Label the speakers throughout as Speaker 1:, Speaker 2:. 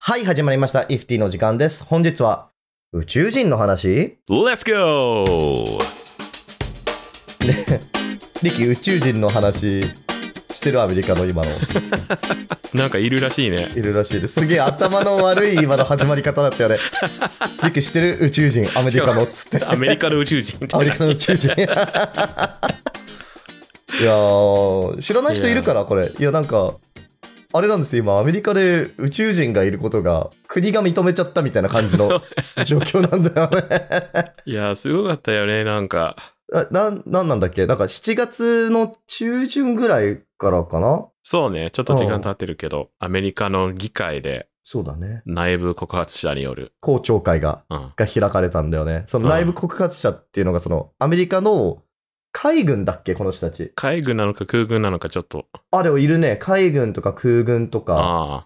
Speaker 1: はい、始まりました。イフティの時間です。本日は、宇宙人の話
Speaker 2: Let's go!
Speaker 1: リキ、宇宙人の話してるアメリカの今の。
Speaker 2: なんかいるらしいね。
Speaker 1: いるらしいです。すげえ頭の悪い今の始まり方だったよね。リキ、してる宇宙人、アメリカのっつって。
Speaker 2: アメリカの宇宙人って
Speaker 1: アメリカの宇宙人。いやー、知らない人いるから、これ。いや、なんか、あれなんですよ、今、アメリカで宇宙人がいることが、国が認めちゃったみたいな感じの状況なんだよね。
Speaker 2: いや、すごかったよね、なんか。
Speaker 1: あな、なんなんだっけなんか7月の中旬ぐらいからかな
Speaker 2: そうね、ちょっと時間経ってるけど、アメリカの議会で
Speaker 1: そうだね。
Speaker 2: 内部告発者による。
Speaker 1: 公聴会が、
Speaker 2: うん。
Speaker 1: が開かれたんだよね。その内部告発者っていうのが、その、アメリカの海軍だっけこの人たち。
Speaker 2: 海軍なのか空軍なのかちょっと。
Speaker 1: あ、でもいるね。海軍とか空軍とか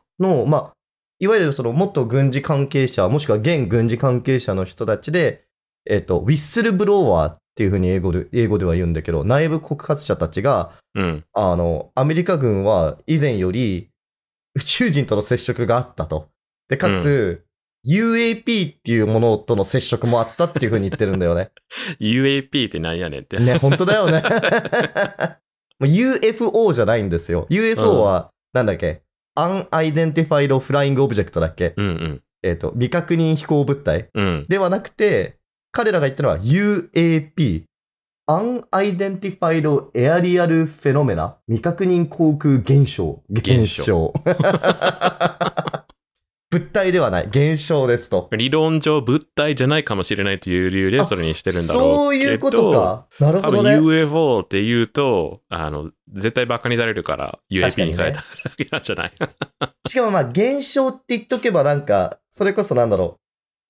Speaker 2: あ
Speaker 1: の、まあ、いわゆるその元軍事関係者、もしくは現軍事関係者の人たちで、えっ、と、ウィッスルブロワーっていうふうに英語で、英語では言うんだけど、内部告発者たちが、
Speaker 2: あ。うん。
Speaker 1: あの、アメリカ軍は以前より宇宙人との接触があったと。で、かつ、UAP っていうものとの接触もあったっていうふうに言ってるんだ よね。
Speaker 2: UAP ってなんやねんって。
Speaker 1: ね、本当だよ ね。もう UFO じゃないんですよ。
Speaker 2: うん
Speaker 1: UFO は、なんだっけ、Unidentified Flying Object だっけ、
Speaker 2: うんうん。
Speaker 1: えっ、と、未確認飛行物体
Speaker 2: うん。
Speaker 1: ではなくて、彼らが言ったのは UAP。Unidentified Aerial Phenomena。未確認航空現象。
Speaker 2: 現象
Speaker 1: 物体ではない。現象ですと。
Speaker 2: 理論上物体じゃないかもしれないという理由でそれにしてるんだろうけど。
Speaker 1: そういうこと。か。なる
Speaker 2: 多
Speaker 1: ほど
Speaker 2: 分
Speaker 1: ね。
Speaker 2: UFO って言うと、あの、絶対バカにされるから
Speaker 1: 確か
Speaker 2: UAP
Speaker 1: に
Speaker 2: に
Speaker 1: ね
Speaker 2: 変えただけなんじゃない
Speaker 1: しかもまあ、現象って言っとけばなんか、それこそなんだろ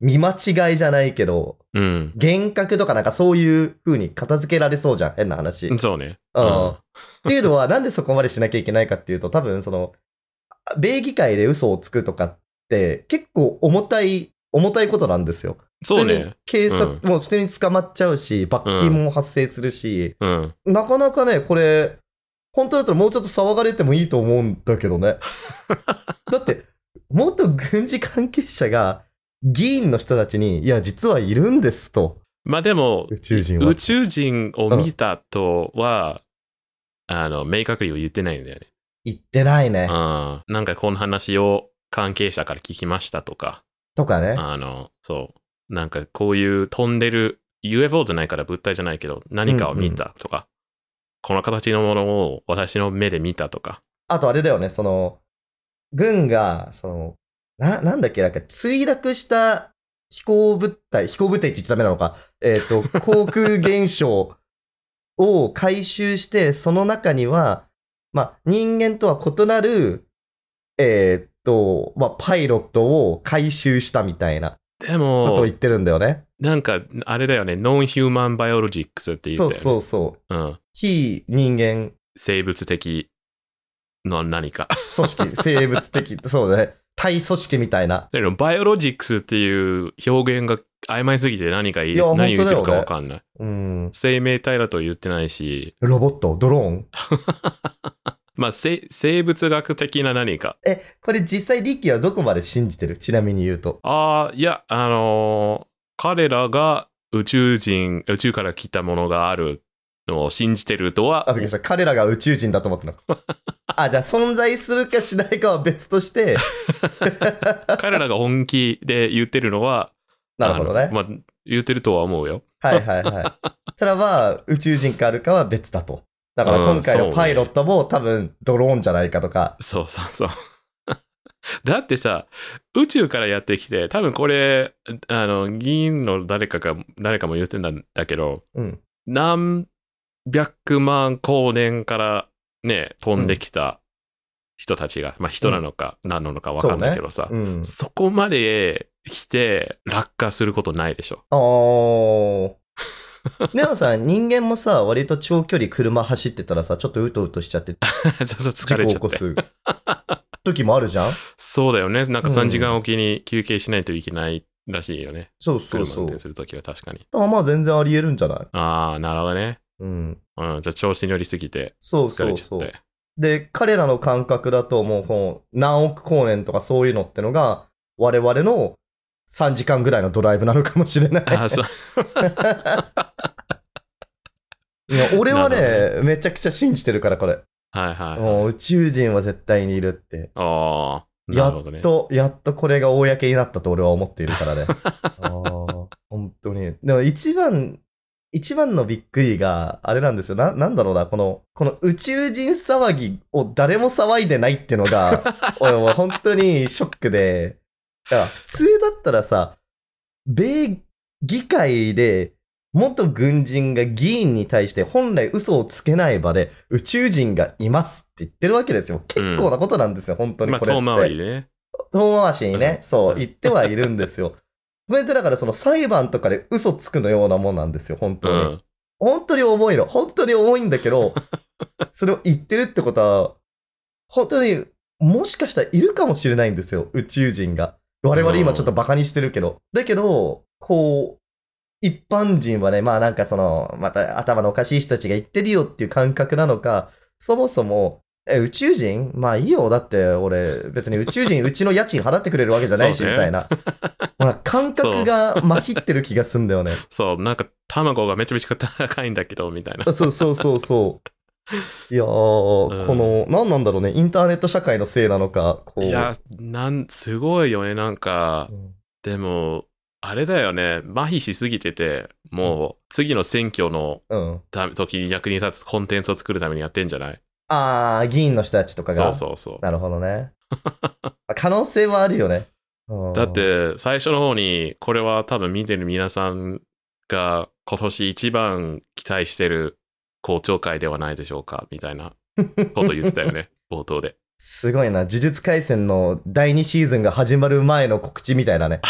Speaker 1: う。見間違いじゃないけど、
Speaker 2: うん。
Speaker 1: 幻覚とかなんかそういう風に片付けられそうじゃん。変な話。
Speaker 2: そうね。
Speaker 1: うん
Speaker 2: うん
Speaker 1: っていうのは、なんでそこまでしなきゃいけないかっていうと、多分その、米議会で嘘をつくとかって、結構重たい、重たいことなんですよ。
Speaker 2: そ
Speaker 1: 普
Speaker 2: う
Speaker 1: 通に
Speaker 2: ね。
Speaker 1: 警察、もう普通に捕まっちゃうし、罰金も発生するし、
Speaker 2: うん。
Speaker 1: なかなかね、これ、本当だったらもうちょっと騒がれてもいいと思うんだけど ね。だって、元軍事関係者が、議員の人たちに、いや、実はいるんですと。
Speaker 2: まあでも、
Speaker 1: 宇宙人は
Speaker 2: 宇宙人を見たとは、あの、明確には言ってないんだよね。
Speaker 1: 言ってないね。
Speaker 2: うん。なんかこの話を関係者から聞きましたとか、
Speaker 1: とかね。
Speaker 2: あの、そう。なんかこういう飛んでる UFO じゃないから物体じゃないけど、何かを見たとか、この形のものを私の目で見たとか。
Speaker 1: あとあれだよね、その、軍が、その、な、なんだっけ、なんか墜落した飛行物体、飛行物体って言っちゃダメなのか、えっ、 と、航空現象を回収して、その中には、まあ、人間とは異なる、えっ、と、まあ、パイロットを回収したみたいな
Speaker 2: で
Speaker 1: ことを
Speaker 2: も
Speaker 1: 言、ってるんだよね。
Speaker 2: なんか、あれだよね、ノンヒューマンバイオロジックスって言って、
Speaker 1: そうそ
Speaker 2: ね、
Speaker 1: うそう。
Speaker 2: うん。
Speaker 1: 非人間
Speaker 2: 生物的の何か。
Speaker 1: 組織、生物的、 そうだね。対組織みたいな。
Speaker 2: だけどバイオロジックスっていう表現が曖昧すぎて何がいい
Speaker 1: いや
Speaker 2: 何言ってる
Speaker 1: 本当
Speaker 2: か
Speaker 1: だよね
Speaker 2: 分かんない。
Speaker 1: うん。
Speaker 2: 生命体だと言ってないし、
Speaker 1: ロボット、ドローン、
Speaker 2: まあ、せ生物学的な何か。
Speaker 1: え、これ実際リッキーはどこまで信じてるちなみに言うと。
Speaker 2: ああ、いや、あのー彼らが宇宙人、宇宙から来たものがあるのを信じてるとは
Speaker 1: あ、びっく、りした。彼らが宇宙人だと思っての。あ、じゃあ存在するかしないかは別と して、
Speaker 2: 彼らが本気で言ってるのは、
Speaker 1: なるほどね
Speaker 2: あ。のまあ、言ってるとは思うよ。
Speaker 1: はいはいはい。それは宇宙人かあるかは別だと。だから今回
Speaker 2: うんそう
Speaker 1: の
Speaker 2: ね
Speaker 1: パイロットも多分ドローンじゃないかとか。
Speaker 2: そうそうそう。だってさ、宇宙からやってきて、多分これ、あの、議員の誰かが、誰かも言ってたんだけど、
Speaker 1: うん。
Speaker 2: 何百万光年からね、飛んできた人たちが、まあ人なのか、何なのか分かんないけどさ、そ,、
Speaker 1: うん。
Speaker 2: こまで来て落下することないでしょ。
Speaker 1: あー。でもさ、人間もさ、割と長距離車走ってたらさ、ちょっとうとうとしちゃって、
Speaker 2: そうそう、
Speaker 1: 事
Speaker 2: 疲
Speaker 1: 故
Speaker 2: れちゃ
Speaker 1: 起
Speaker 2: っ
Speaker 1: こ
Speaker 2: て。
Speaker 1: す時もあるじゃん
Speaker 2: そうだよね。なんか
Speaker 1: う
Speaker 2: 3
Speaker 1: ん
Speaker 2: 時間おきに休憩しないといけないらしいよね。
Speaker 1: そうそう
Speaker 2: 車運
Speaker 1: そう
Speaker 2: 転。するときは確かに。
Speaker 1: あまあ全然ありえるんじゃない
Speaker 2: ああ、なるほどね。
Speaker 1: うん。
Speaker 2: うん、じゃあ調子乗りすぎて
Speaker 1: そう
Speaker 2: 疲
Speaker 1: そ
Speaker 2: れ
Speaker 1: う
Speaker 2: ちゃって。
Speaker 1: そう。で、彼らの感覚だともうこう何億光年とかそういうのってのが、我々の3時間ぐらいのドライブなのかもしれない。
Speaker 2: あーそう。
Speaker 1: いや俺は
Speaker 2: なる
Speaker 1: ね、めちゃくちゃ信じてるから、これ。
Speaker 2: はいはいはい。
Speaker 1: もう宇宙人は絶対にいるって。
Speaker 2: ああ、な
Speaker 1: や
Speaker 2: るほどね
Speaker 1: っ。と、やっとこれが公になったと俺は思っている からね。あー本当に。でも一番、一番のびっくりが、あれなんですよ。な、なんだろうな、この、この宇宙人騒ぎを誰も騒いでないっての が、俺は本当にショックで、だから普通だったらさ、米議会で、元軍人が議員に対して本来嘘をつけない場で宇宙人がいますって言ってるわけですよ。結構なことなんですよ、本当に
Speaker 2: まあ、
Speaker 1: これって。
Speaker 2: 遠回りでね。
Speaker 1: 遠回しにね、
Speaker 2: うん
Speaker 1: そうう、
Speaker 2: ん
Speaker 1: 言ってはいるんですよ。 これってだからその裁判とかで嘘つくのようなもんなんですよ、本
Speaker 2: う
Speaker 1: 当に。
Speaker 2: ん。
Speaker 1: 本当に重いの。本当に重いんだけ ど、それを言ってるってことは、本当にもしかしたらいるかもしれないんですよ、宇宙人が。我々今ちょっとバカにしてるけど。だけど、こう、一般人はね、まあなんかその、また頭のおかしい人たちが言ってるよっていう感覚なのか、そもそも、え、宇宙人まあいいよ。だって俺、別に宇宙 人、うちの家賃払ってくれるわけじゃないし、
Speaker 2: そうね
Speaker 1: みたい な。ほら、感覚がまひってる気がすんだよね。
Speaker 2: そう、なんか卵がめちゃめちゃ高いんだけど、みたいな。
Speaker 1: そうそうそうそう。いやー、
Speaker 2: うん
Speaker 1: この、何なんだろうね、インターネット社会のせいなのか、こう。
Speaker 2: いや、なん、すごいよね、なんか
Speaker 1: う。ん
Speaker 2: でも、あれだよね、麻痺しすぎてて、もう、次の選挙の
Speaker 1: うん。
Speaker 2: た時に役に立つコンテンツを作るためにやってんじゃない
Speaker 1: あー、議員の人たちとか
Speaker 2: そ
Speaker 1: が。
Speaker 2: うそうそう。
Speaker 1: なるほどね。 可能性はあるよね。うん
Speaker 2: だっ、て、最初の方に、これは多分見てる皆さんが今年一番期待してる公聴会ではないでしょうか、みた いなこと言ってたよね、冒頭で。
Speaker 1: すごいな、呪術廻戦の第2シーズンが始まる前の告知みたいな ね。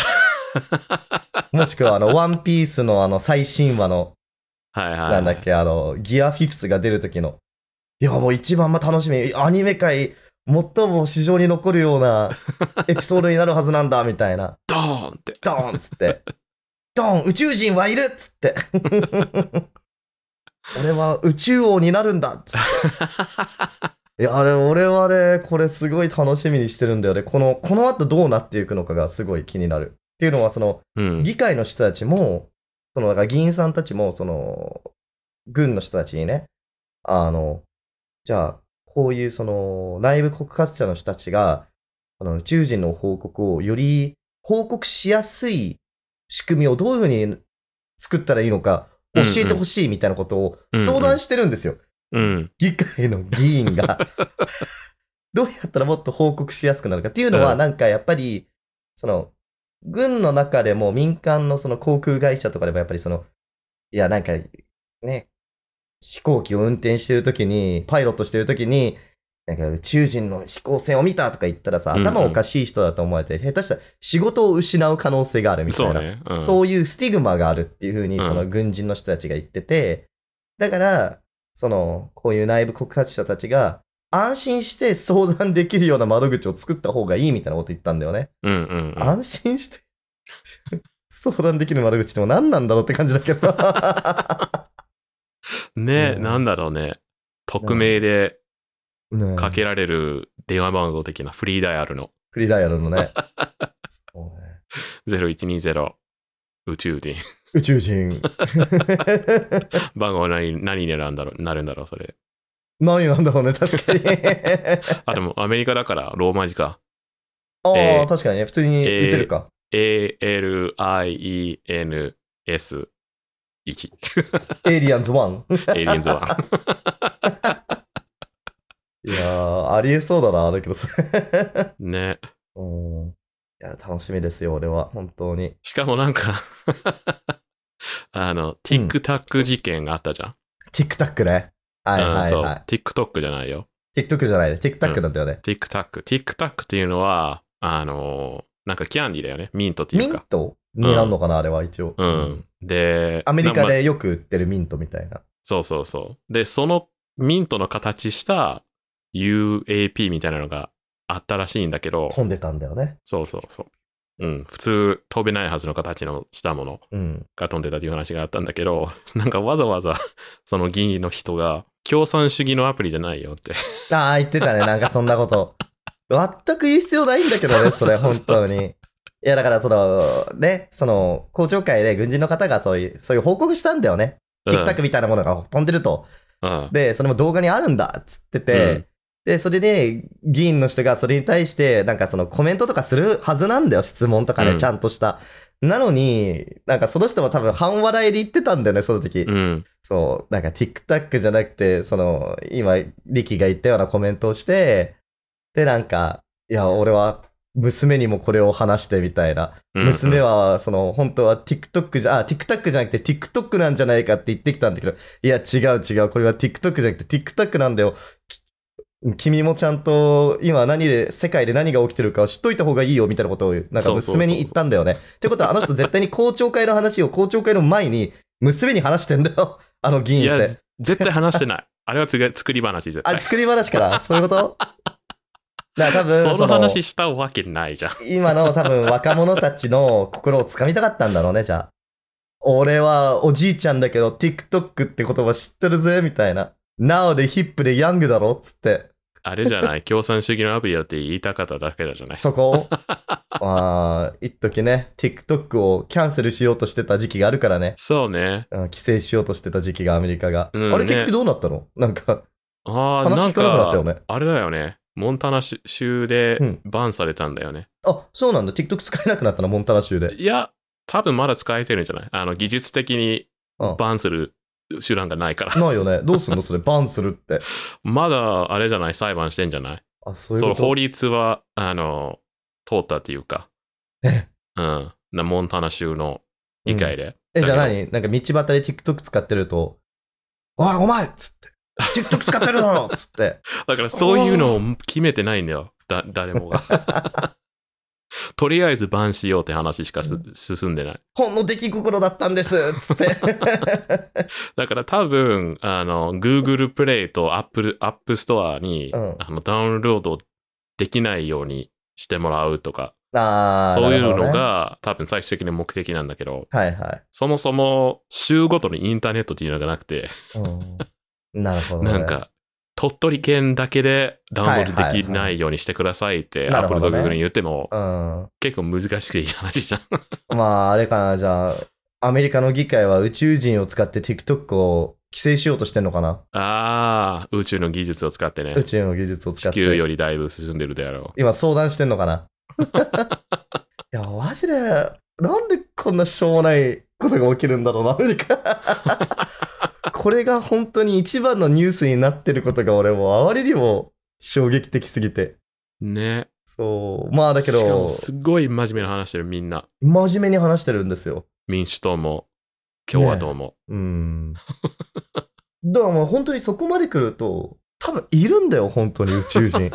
Speaker 1: もしくは、あの、ワンピースのあの、最新話の、
Speaker 2: はいはい、はい。
Speaker 1: なんだっけ、あの、ギアフィフスが出る時の。いや、もう一番まあ楽しみ。アニメ界、最も市場に残るよう なエピソードになるはずなんだ、みたいな。
Speaker 2: ドーンって。
Speaker 1: ドーンっつって。ドーン宇宙人はいるっつっ て。俺は宇宙王になるんだっつ って。いや、あれ、俺はね、これすごい楽しみにしてるんだよね。この、この後どうなっていくのかがすごい気になる。っていうのは、その、
Speaker 2: うん。
Speaker 1: 議会の人たちも、そのだから議員さんたちも、その、軍の人たちにね、あの、じゃあ、こういうその内部告発者の人たちが、あの宇宙人の報告をより報告しやすい仕組みをどういうふうに作ったらいいのか教えてほしいみたいなことを
Speaker 2: うんうん
Speaker 1: 相談してるんですよ。
Speaker 2: うん。
Speaker 1: 議会の議員 がどうやったらもっと報告しやすくなるかっていうの
Speaker 2: う
Speaker 1: は
Speaker 2: ん
Speaker 1: なんかやっぱりその軍の中でも民間のその航空会社とかでもやっぱりそのいやなんかね飛行機を運転してる時にパイロットしてる時になんか宇宙人の飛行船を見たとか言ったらさ
Speaker 2: うんうん
Speaker 1: 頭おかしい人だと思われて下手したら仕事を失う可能性があるみたい
Speaker 2: そ
Speaker 1: な
Speaker 2: うね。うん、
Speaker 1: そういうスティグマがあるっていうふうに、
Speaker 2: うん
Speaker 1: その軍人の人たちが言ってて、だから、その、こういう内部告発者たちが、安心して相談できるような窓口を作った方がいいみたいなこと言ったんだよね。
Speaker 2: うんうんうん。
Speaker 1: 安心して、相談できる窓口ってもう何なんだろうって感じだけ ど。
Speaker 2: ね、
Speaker 1: うん
Speaker 2: なんだろうね。匿名で
Speaker 1: ねえ
Speaker 2: かけられる電話番号的なフリーダイヤルの
Speaker 1: フリーダイヤルの ね。そうね
Speaker 2: 0120宇宙人。
Speaker 1: 宇宙人。
Speaker 2: 番号何、何になるんだろう、なるんだろう、それ。
Speaker 1: 何なんだろうね、確 かに。
Speaker 2: あ、でもアメリカだからローマ字か。
Speaker 1: ああ、
Speaker 2: えー
Speaker 1: 確かにね、普通に打てるか。
Speaker 2: A-L-I-E-N-S1。
Speaker 1: エイリアンズ1。
Speaker 2: エイリアンズ は。
Speaker 1: いやー、ありえそうだな、だけどさ。
Speaker 2: ね。
Speaker 1: うん。いや、楽しみですよ、俺は、本当に。
Speaker 2: しかもなんか、 あの、TikTok 事件があったじゃん。
Speaker 1: TikTok ね。はい
Speaker 2: うん
Speaker 1: はい
Speaker 2: そう
Speaker 1: は
Speaker 2: TikTok じゃないよ。
Speaker 1: い。TikTok じゃないね。TikTok なんだよね。
Speaker 2: TikTok。TikTok っていうのは、あの、なんかキャンディーだよね。ミントってい
Speaker 1: ミ
Speaker 2: う
Speaker 1: ン
Speaker 2: か。
Speaker 1: トになるのかな、あれは一応。
Speaker 2: うん。。で、
Speaker 1: アメリカ
Speaker 2: まあ
Speaker 1: でよく売ってるミントみたいな。
Speaker 2: そうそうそう。で、そのミントの形した UAP みたいなのがあったらしいんだけど、
Speaker 1: 飛んでたんだよね。
Speaker 2: そうそうそう。うん、普通飛べないはずの形のしたもの
Speaker 1: うん。
Speaker 2: が飛んでたという話があったんだけど、 なんかわざわざ その議員の人が共産主義のアプリじゃないよって。
Speaker 1: ああ、言ってたね。なんかそんなこと。全く言う必要ないんだけどね、それ、
Speaker 2: そうそう
Speaker 1: 本
Speaker 2: そう
Speaker 1: 当に。いや、だからその、ね、その、公聴会で軍人の方がそういう、そういう報告したんだよね。
Speaker 2: うん
Speaker 1: TikTok みたいなものが飛んでると。
Speaker 2: うん
Speaker 1: で、それも動画にあるんだっつってて、
Speaker 2: うん
Speaker 1: で、それで、議員の人がそれに対して、なんかそのコメントとかするはずなんだよ、質問とか
Speaker 2: う
Speaker 1: ね、
Speaker 2: ん
Speaker 1: ちゃんとした。なのに、なんかその人も多分半笑いで言ってたんだよね、その時。
Speaker 2: うん。
Speaker 1: そう、なんか TikTok じゃなくて、その、今、リキが言ったようなコメントをして、で、なんか、いや、俺は娘にもこれを話してみたいな。
Speaker 2: うん
Speaker 1: 娘は、その、本当は TikTok じゃ、あ、TikTok じゃなくて TikTok なんじゃないかって言ってきたんだけど、いや、違う違う、これは TikTok じゃなくて TikTok なんだよ。き君もちゃんと今何で、世界で何が起きてるかを知っといた方がいいよみたいなことを、なんか
Speaker 2: そうそうそうそう
Speaker 1: 娘に言ったんだよね。ってことは、あの人絶対に公聴会の話を公聴会の前に娘に話してんだよ。あの議
Speaker 2: い
Speaker 1: 員っ
Speaker 2: や、
Speaker 1: て
Speaker 2: ぜ。絶対話してない。 あれはつが作り話、絶
Speaker 1: あ、
Speaker 2: 対。
Speaker 1: 作り話から、そういうこと だから多分
Speaker 2: その話したわけないじゃん。
Speaker 1: 今の多分若者たちの心をつかみたかったんだろうね、じゃあ。俺はおじいちゃんだけど TikTok って言葉知ってるぜ、みたいな。Now でヒップでヤングだろっつって、
Speaker 2: あれじゃない。共産主義のアプリだって言いたかっただけ だじゃない。
Speaker 1: そこを。 まあ、一時ね、TikTok をキャンセルしようとしてた時期があるからね。
Speaker 2: そうね。
Speaker 1: うん規制しようとしてた時期がアメリカが。
Speaker 2: うん
Speaker 1: あれ
Speaker 2: ね
Speaker 1: 結局どうなったのなんか、
Speaker 2: ああ、
Speaker 1: 話
Speaker 2: なん
Speaker 1: 聞かなくなったよ
Speaker 2: か、
Speaker 1: ね。
Speaker 2: あれだよね。モンタナ州で
Speaker 1: うん
Speaker 2: バンされたんだよね。
Speaker 1: あ、そうなんだ。TikTok 使えなくなったの、モンタナ州で。
Speaker 2: いや、多分まだ使えてるんじゃないあの、技術的に
Speaker 1: うん
Speaker 2: バンする手段がないから。
Speaker 1: ないよね。どうすんのそれ、バンするって。
Speaker 2: まだ、あれじゃない裁判してんじゃない
Speaker 1: あ、そういう
Speaker 2: そ
Speaker 1: こ
Speaker 2: の
Speaker 1: と。
Speaker 2: 法律は、あの、通ったっていうか、うん、なモンタナ州の議会で。
Speaker 1: え、じゃあ何なんか道端で TikTok 使ってると、おい、お前っつって、TikTok 使ってるだろっつって、
Speaker 2: だからそういうのを決めてないんだよ、だ誰もが。 とりあえずバンしようって話しかす進んでない。
Speaker 1: ほんの出来心だったんですっつって。
Speaker 2: だから多分、あの、Google Play と Apple、App Store に、
Speaker 1: うん
Speaker 2: あのダウンロードできないようにしてもらうとか、
Speaker 1: あー
Speaker 2: そういうの、
Speaker 1: なるほどね
Speaker 2: が、多分最終的に目的なんだけど、
Speaker 1: はいはい
Speaker 2: そもそも州ごとにインターネットっていうのがなくて、。
Speaker 1: うん、なるほど、ね。
Speaker 2: なんか、鳥取県だけでダウンロー
Speaker 1: は
Speaker 2: ド
Speaker 1: い
Speaker 2: で
Speaker 1: はい
Speaker 2: きないようにしてくださいって、
Speaker 1: なる
Speaker 2: Apple
Speaker 1: ほ
Speaker 2: と
Speaker 1: どね
Speaker 2: Google に言っても、
Speaker 1: うん。
Speaker 2: 結構難しくていい話 じゃん。
Speaker 1: まあ、あれかな、じゃあ、アメリカの議会は宇宙人を使って TikTok を規制しようとしてんのかな
Speaker 2: ああ、宇宙の技術を使ってね
Speaker 1: 宇。宙の技術を使
Speaker 2: 地
Speaker 1: って。
Speaker 2: 球よりだいぶ進んでるであろ
Speaker 1: 今相談してんのか ないや、マジで、なんでこんなしょうもないことが起きるんだろうな、アメリカ。 これが本当に一番のニュースになってることが俺もあまりにも衝撃的すぎて。
Speaker 2: う。ね。
Speaker 1: そう。まあだけ
Speaker 2: しかも
Speaker 1: ど、
Speaker 2: すごい真面目な話してる、みんな。
Speaker 1: 真面目に話してるんですよ。
Speaker 2: 民主党も、共和党も。
Speaker 1: うん。だからもう本当にそこまで来ると、多分いるんだよ、本当に宇宙人。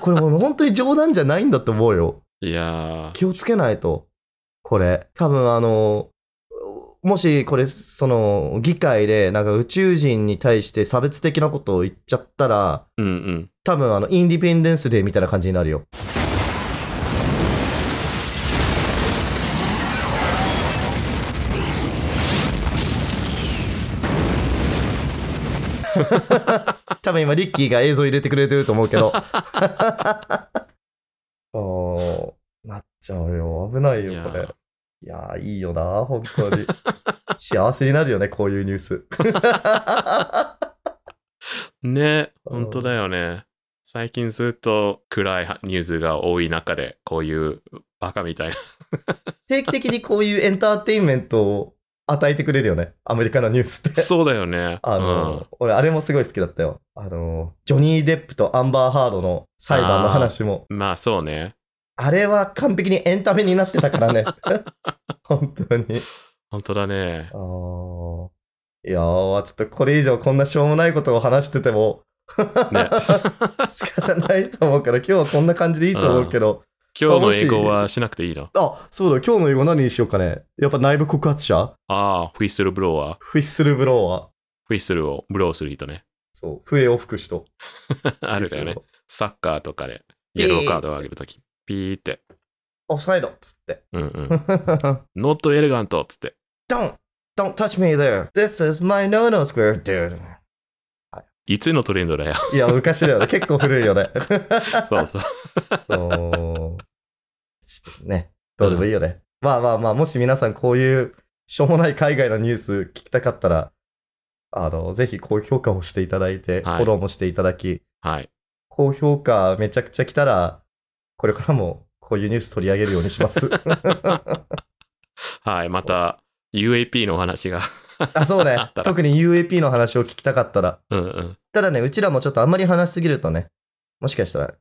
Speaker 1: これもう本当に冗談じゃないんだと思うよ。
Speaker 2: いやー、
Speaker 1: 気をつけないと、これ。多分あの、もしこれ、その、議会で、なんか宇宙人に対して差別的なことを言っちゃったら、
Speaker 2: うんうん。
Speaker 1: 多分あの、インディペンデンスデーみたいな感じになるよ。多分今、リッキーが映像入れてくれてると思うけ ど。そう、なっちゃうよ。危ない
Speaker 2: いや
Speaker 1: よ、これ
Speaker 2: ー。
Speaker 1: いやー、いいよな、本当に。幸せになるよね、こういうニュース。
Speaker 2: ね、本当だよね。最近ずっと暗いニュースが多い中で、こういうバカみ たいな。
Speaker 1: 定期的にこういうエンターテインメントを与えてくれるよね、アメリカのニュースって。
Speaker 2: そうだよね。
Speaker 1: あの、俺、あれもすごい好きだったよ。あの、ジョニー・デップとアンバー・ハードの裁判の話も。
Speaker 2: うん、まあそうね。
Speaker 1: あれは完璧にエンタメになってたから ね。本当に。
Speaker 2: 本当だね
Speaker 1: あ。ーいやー、ちょっとこれ以上こんなしょうもないことを話してても
Speaker 2: ね
Speaker 1: 仕方ないと思うから、今日はこんな感じでいいと思うけど。
Speaker 2: 今日の英語はしなくていいの
Speaker 1: あ、そうだ、今日の英語何にしようかね。やっぱ内部告発者
Speaker 2: ああ、フィッスルブロワー。
Speaker 1: フィッスル・ブロワー。
Speaker 2: フィッスルをブローする人ね。
Speaker 1: そう、笛を吹く人。
Speaker 2: あるだよね。サッカーとかで、イエローカードを上げるとき、ピーって。
Speaker 1: オフサイドっつって。
Speaker 2: うんうん。ノットエレガントっつって。
Speaker 1: Don't! Don't touch me there! This is my no-no square, dude!
Speaker 2: いつのトレン ドだよ。
Speaker 1: いや、昔だよ ね。結構古いよね。
Speaker 2: そうそ
Speaker 1: そう。
Speaker 2: う。
Speaker 1: ちょっとね。どうでもいいよね。まあまあまあ、もし皆さんこういうしょうもない海外のニュース聞きたかったら、あの、ぜひ高評価をしていただいて、
Speaker 2: はい
Speaker 1: フォローもしていただき、
Speaker 2: はい。
Speaker 1: 高評価めちゃくちゃ来たら、これからもこういうニュース取り上げるようにします。
Speaker 2: はい。また、UAP のお話が。
Speaker 1: あ、そうね
Speaker 2: あった。ら
Speaker 1: 特に UAP の話を聞きたかったら。
Speaker 2: うんうん。
Speaker 1: ただね、うちらもちょっとあんまり話しすぎるとね、もしかしたら、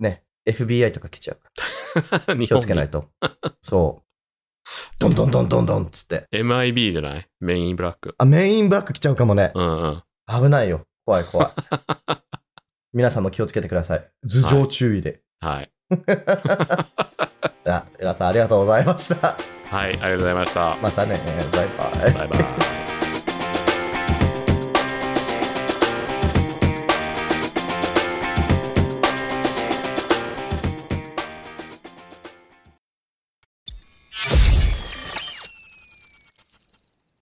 Speaker 1: ね、FBI とか来ちゃうから。
Speaker 2: 日。
Speaker 1: 気をつけないい と。そう。ドンドンドンドンドンっつって。
Speaker 2: MIB じゃないメインブラック。
Speaker 1: あ、メインブラック来ちゃうかもね。
Speaker 2: うんうん。
Speaker 1: 危ないよ。怖い怖 い。皆さんも気をつけてください。頭上注意で。
Speaker 2: はい。
Speaker 1: あ皆さんありがとうございました。
Speaker 2: はい。ありがとうございました。
Speaker 1: またね。バイバイ。
Speaker 2: バイバイ。